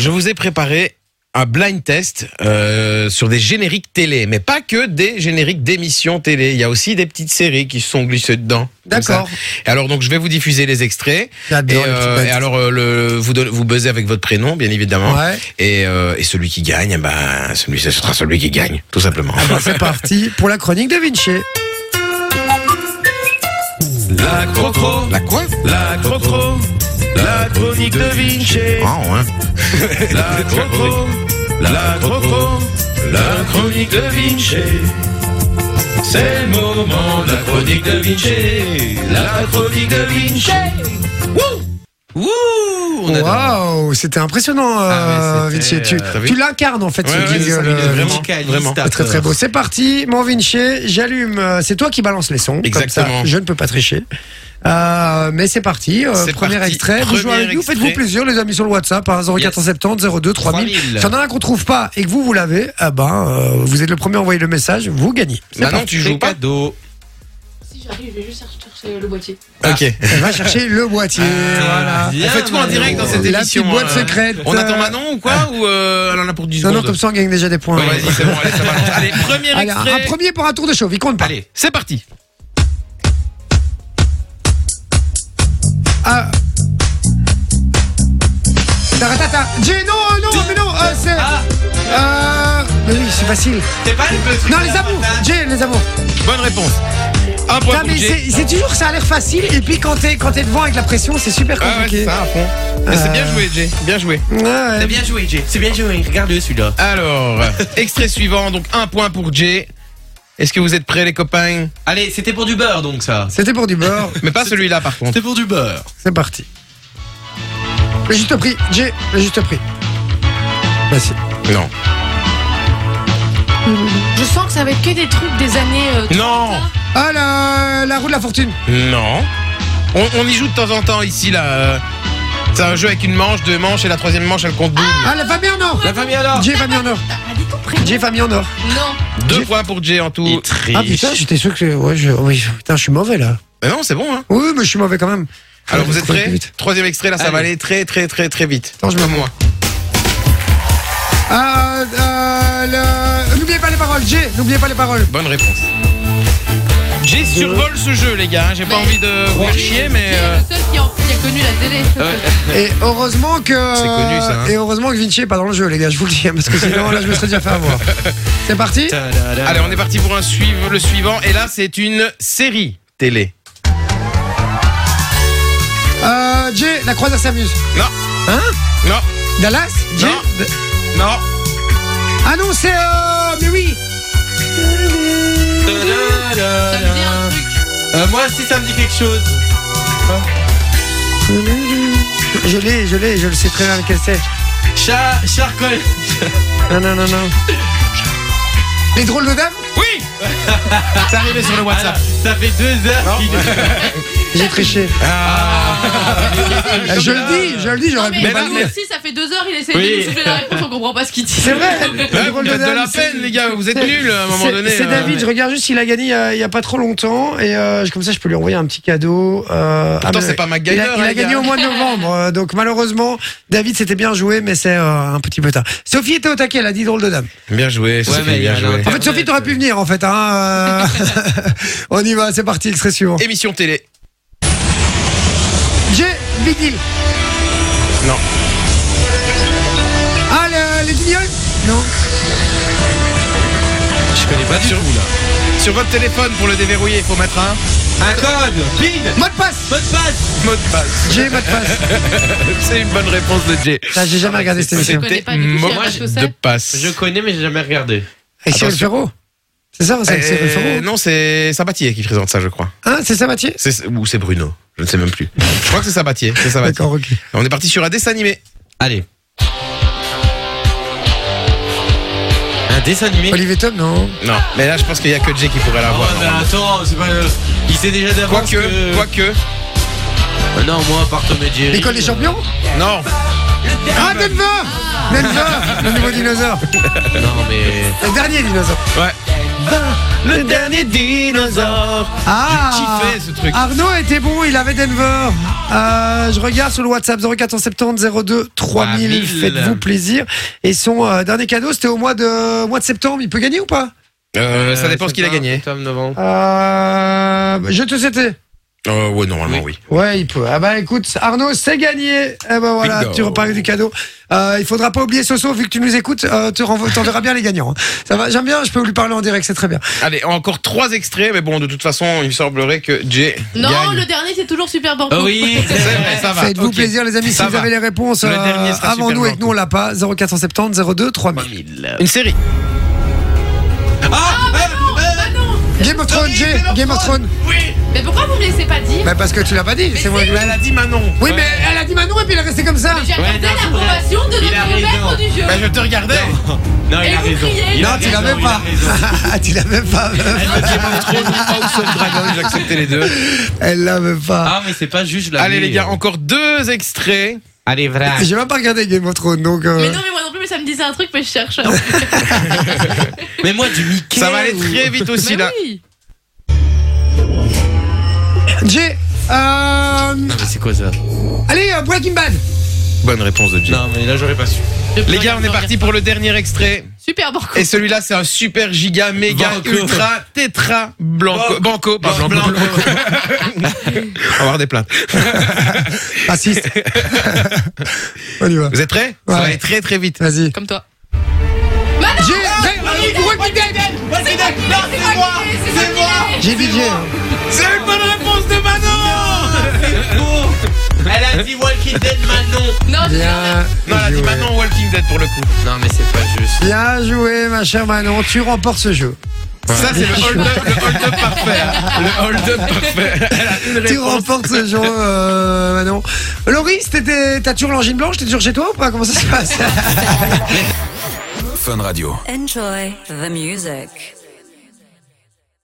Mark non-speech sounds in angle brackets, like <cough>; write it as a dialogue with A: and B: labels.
A: je vous ai préparé un blind test euh, sur des génériques télé, mais pas que des génériques d'émissions télé. Il y a aussi des petites séries qui se sont glissées dedans. comme ça.
B: D'accord.
A: Et alors donc je vais vous diffuser les extraits. Et,
B: J'adore les
A: euh,
B: petits
A: et
B: pattes.
A: alors euh, le, vous donnez- vous buzzez avec votre prénom, bien évidemment.
B: Ouais.
A: Et, euh, et celui qui gagne, eh ben celui ce sera celui qui gagne, tout simplement.
B: Ah bah, c'est parti pour la chronique de Vinci.
C: La crocro,
A: La quoi
C: la crocro, la chronique de Vinci.
A: Ah ouais.
C: La crocro, la crocro, la chronique de Vinci. C'est le moment de la chronique de Vinci. La chronique de Vinci.
A: Wouh On adore.
B: Waouh, c'était impressionnant, euh,
D: Ah, mais
B: Vinci.
D: c'était,
B: Tu,
D: euh,
A: t'as vu
B: tu l'incarnes en fait
A: Ouais, ouais,
B: ce jingle.
A: c'est ça, il est hein.
B: euh,
A: vraiment,
B: Vinci.
D: musicaliste.
A: vraiment.
B: Ah, très très beau. C'est parti, mon Vinci. J'allume. euh, C'est toi qui balance les sons. comme ça,
A: Exactement.
B: je ne peux pas tricher. Euh, mais c'est parti. euh,
A: C'est
B: premier
A: parti.
B: extrait. Vous
A: Premier
B: jouez avec nous.
A: extrait.
B: Faites-vous plaisir, les amis, sur le WhatsApp. Hein, 0470 02 3000.
D: 3000.
B: S'il y en a un qu'on trouve pas et que vous, vous l'avez, ah ben, euh, vous êtes le premier à envoyer le message. Vous gagnez. C'est
A: Manon,
B: parti.
A: tu joues pas
D: cadeau.
E: Si j'arrive, je vais juste chercher le boîtier.
A: Ok.
B: Elle va chercher le boîtier. voilà.
A: Ah, On fait tout en direct dans cette
B: La
A: émission.
B: petite boîte
A: hein.
B: secrète.
A: On attend Manon ou quoi Ou euh, elle en a pour 10
B: Non,
A: secondes
B: non, comme ça, on gagne déjà des points.
A: Ouais, Vas-y, c'est bon, allez, ça balance. Allez, premier
B: Allez, un
A: extrait.
B: un premier pour un tour de chauve. Il compte pas.
A: Allez, c'est parti.
B: Ah. Taratata. J'ai- Non, euh, non, mais non, euh, c'est.
A: Ah.
B: Euh. Mais oui, c'est facile.
D: C'est pas le petit.
B: Non, les amours. J'ai les amours.
A: Bonne réponse. Un point
B: Non,
A: pour
B: mais
A: Jay.
B: c'est c'est toujours ça a l'air facile. Et puis quand t'es quand t'es devant avec la pression, c'est super
A: Ah ouais,
B: compliqué.
A: c'est ça, à fond. Mais C'est bien
B: Euh.
A: joué, Jay. Bien joué.
B: Ouais, ouais.
D: C'est bien joué, Jay. C'est bien joué. Regarde-le celui-là.
A: Alors,
B: <laughs>
A: extrait suivant, donc un point pour Jay. Est-ce que vous êtes prêts, les copains
D: Allez, c'était pour du beurre donc ça.
B: C'était pour
A: <laughs>
B: du beurre.
A: Mais pas celui-là, par contre.
D: C'était pour du beurre.
B: c'est parti. Le juste prix. J'ai le juste prix. Facile.
A: Non.
E: Je sens que ça va être que des trucs des années. euh,
A: Non
B: Ah, la, la roue de la fortune.
A: Non. On, on y joue de temps en temps ici, là. euh, C'est un jeu avec une manche, deux manches, et la troisième manche, elle compte double.
B: Ah, la famille en or.
D: La famille alors.
B: J'ai famille en or.
E: T'as pas dit ton prénom
B: J'ai famille en or.
E: Non.
A: Deux
B: Jay-
A: points pour Jay en tout.
B: Ah putain, j'étais sûr que. Ouais, je... oui, putain, je suis mauvais là.
A: Mais non, c'est bon, hein.
B: Oui, mais je suis mauvais quand même.
A: Alors, vous êtes
B: Trop
A: prêts
B: vite.
A: Troisième extrait, là, ça va
D: Allez.
A: aller très, très, très, très vite.
B: Attends, je me
A: moi.
B: Ah, euh, le- N'oubliez pas les paroles, J'ai, n'oubliez pas les paroles.
A: Bonne réponse. Jay survole ce jeu, les gars. hein. J'ai pas
E: Mais-
A: envie de vous faire chier, mais.
E: J'ai
A: euh,
E: le seul qui, en- qui a connu la télé.
B: Et heureusement que.
A: C'est connu, ça, hein.
B: Et heureusement que Vinci est pas dans le jeu, les gars, je vous le dis, hein, parce que sinon là, je me serais déjà fait
A: <laughs>
B: avoir. C'est parti
A: Allez, on est parti pour un suiv- le suivant. Et là, c'est une série télé.
B: euh, J'ai, la croisière s'amuse.
A: Non.
B: Hein
A: Non.
B: Dallas J'ai
A: Non. Non.
B: Ah non, c'est. Euh... Mais oui
E: Ça me dit un truc.
D: Euh, moi aussi ça me dit quelque chose.
B: Je l'ai, je l'ai, je le sais très bien lequel c'est.
D: Cha charcol.
B: Non, non,
A: <laughs>
B: non, non. Les drôles de dames
A: Oui C'est arrivé sur le WhatsApp.
D: ça fait deux heures qu'il
B: J'ai triché.
D: Ah,
B: je le dis, je le dis, j'aurais
E: Non,
B: pu
E: mais
B: pas le
E: lui
B: dire.
E: aussi, ça fait deux heures, il essaie
D: Oui.
E: de nous souffler la réponse, on comprend pas ce qu'il dit.
B: C'est
E: <laughs>
B: vrai,
A: Ouais,
B: les drôles
A: vous
B: de
A: êtes Ah, de
B: dames.
A: la
B: c'est-
A: peine, les gars. Vous êtes
B: C'est-
A: nuls à un moment
B: c'est-
A: donné.
B: C'est
A: euh,
B: David, je regarde juste, il a gagné euh, il n'y a pas trop longtemps. Et euh, comme ça, je peux lui envoyer un petit cadeau. Euh,
A: Pourtant,
B: ah, mais-
A: c'est pas
B: Il
A: MacGyver.
B: a, il a
A: les
B: gagné
A: gars.
B: au mois de novembre. euh, donc, malheureusement, David, c'était bien joué, mais c'est euh, un petit peu tard. Sophie était au taquet, elle a dit drôle de dame.
A: Bien joué, Sophie,
D: mais il y
A: bien
D: en a
A: joué.
B: En
D: un.
B: fait, Sophie, t'aurais pu venir, en fait. hein, euh, <laughs> On y va, c'est parti, le serait suivant.
A: Émission télé.
B: J'ai Big Deal.
A: Non.
B: Ah, le- les guignols Non.
D: Je connais pas du tout là.
A: Sur votre téléphone, pour le déverrouiller, il faut mettre un
D: Un code. Pin.
B: Mot de passe
D: Mot de passe.
A: mot de passe.
B: J'ai mot de passe.
A: C'est une bonne réponse de Jay.
B: Ça, J'ai jamais regardé cette émission.
E: connais
A: C'était
E: pas du tout, je
A: mot
E: sais pas ce que c'est.
A: de passe.
D: Je connais mais j'ai jamais regardé.
B: Et Cyril
A: Attention.
B: Ferraud C'est ça, c'est Cyril
A: Euh,
B: Ferraud
A: non, c'est Sabatier qui présente ça, je crois.
B: Hein, c'est ça, Mathieu
A: C'est- Ou c'est Bruno, je ne sais même plus. je crois que c'est Sabatier. C'est Sabatier.
B: D'accord, ok.
A: On est parti sur un dessin animé.
D: Allez. Un dessin animé.
A: Oh,
B: Olivier Tom, non
A: Non, mais là, je pense qu'il n'y a que Jay qui pourrait
D: Oh,
A: l'avoir.
D: mais attends, c'est pas. euh, Il sait déjà d'avance.
A: Quoique,
D: que-
A: quoique.
D: Euh, Non, moi, par Tom et euh, Jerry.
B: L'école des champions
A: Non,
B: Ah, Denver Denver Le nouveau dinosaure
D: Non, mais.
B: Le dernier dinosaure
A: ouais. vin, le dernier dinosaure.
B: Ah
A: J'ai kiffé ce truc.
B: Arnaud était bon, il avait Denver. Euh, je regarde sur le WhatsApp 0470 02 3000.
D: 3000.
B: Faites-vous plaisir. Et son euh, dernier cadeau, c'était au mois de, mois de septembre. Il peut gagner ou pas
A: Euh, ça dépend ce qu'il a gagné.
D: Tom novembre.
B: euh, Je te c'était.
A: Euh, ouais, normalement, oui.
B: Ouais, il peut. Ah bah écoute, Arnaud, c'est gagné. Eh ben voilà,
A: Bingo.
B: tu repars avec du cadeau. Euh, il faudra pas oublier Soso, vu que tu nous écoutes, euh, tu renvo- t'enverras bien les gagnants. hein. Ça va, j'aime bien, je peux lui parler en direct, c'est très bien.
A: Allez, encore trois extraits, mais bon, de toute façon, il me semblerait que Jay.
E: Non,
A: gagne.
E: le dernier, c'est toujours Super Bordeaux.
D: Ah oui,
E: <laughs>
D: c'est
A: C'est
D: vrai.
A: vrai, ça va.
B: Faites-vous
A: ok.
B: plaisir, les amis, si
A: Ça
B: vous
A: va.
B: avez les réponses
A: Le
B: euh,
A: dernier sera
B: avant
A: super
B: nous et que nous on l'a pas, 0470 02 3000.
A: Une série.
D: Ah, eh, eh,
B: Game of Thrones, Jay, Game of Thrones.
E: Mais pourquoi vous me laissez pas dire
B: Bah parce que tu l'as pas dit, c'est moi. qui l'ai-
A: Elle a dit Manon.
B: Oui, mais elle a dit Manon et puis elle est restée comme ça. <laughs>
E: Mais J'ai
D: Ouais,
E: regardé
D: non, c'est vrai.
E: l'approbation de
D: Il a
E: notre maître
D: raison.
E: du jeu.
A: Bah, je te regardais.
D: Non, il
E: Et
D: a
E: vous
D: raison.
E: criez.
D: Il a
B: Non, tu
D: raison,
B: l'avais
D: il a
B: pas.
D: raison.
B: Ah, tu l'avais pas. meuf.
D: Elle me dit pas trop, House of Dragon, j'ai accepté.
A: C'était les deux.
B: Elle l'avait pas.
D: Ah, mais c'est pas juste la
A: Allez,
D: nuit.
A: les gars, encore deux extraits.
D: Allez,
A: <laughs>
D: vrai.
A: Ah.
B: J'ai même pas regardé Game of Thrones, donc. euh,
E: Mais non, mais moi non plus, mais ça me disait un truc, mais je cherche.
D: Mais moi, du Mickey.
A: Ça va aller
D: ou-
A: très vite aussi,
E: mais
A: là.
E: oui.
B: Jay, euh,
D: Non, mais c'est quoi ça
B: allez, euh, Breaking Bad.
A: Bonne réponse de Jay.
D: Non, mais là, j'aurais pas su.
E: Je peux
A: Les gars, on
E: regarder
A: est parti pour le dernier extrait.
E: Super Bordeaux.
A: Et celui-là, c'est un super giga méga
D: Banco.
A: ultra tétra blanco. Banco, pas blanco.
D: Blanco.
A: <laughs> On va avoir des plaintes.
B: Raciste. <laughs> on y va.
A: Vous êtes prêts Ça va
B: Ouais.
A: aller très très vite.
B: Vas-y.
E: Comme toi.
B: Jay, Ray- euh, Breaking Bad.
E: C'est moi C'est moi
B: J'ai hein. dit Jay.
A: C'est une bonne réponse de Manon
D: Elle a dit Walking Dead Manon.
E: Non, je
B: Bien.
A: Non, elle a dit
B: joué.
A: Manon Walking Dead pour le coup.
D: Non, mais c'est pas juste.
B: Bien joué, ma chère Manon. Tu remportes ce jeu.
A: Ça, c'est le hold-up le hold-up parfait. hein. Le hold-up parfait. Elle a une
B: Tu
A: réponse.
B: remportes ce jeu, euh, Manon. Loris, t'étais- t'as toujours l'angine blanche T'es toujours chez toi ou pas Comment ça se passe
C: Fun Radio.
F: Enjoy the music.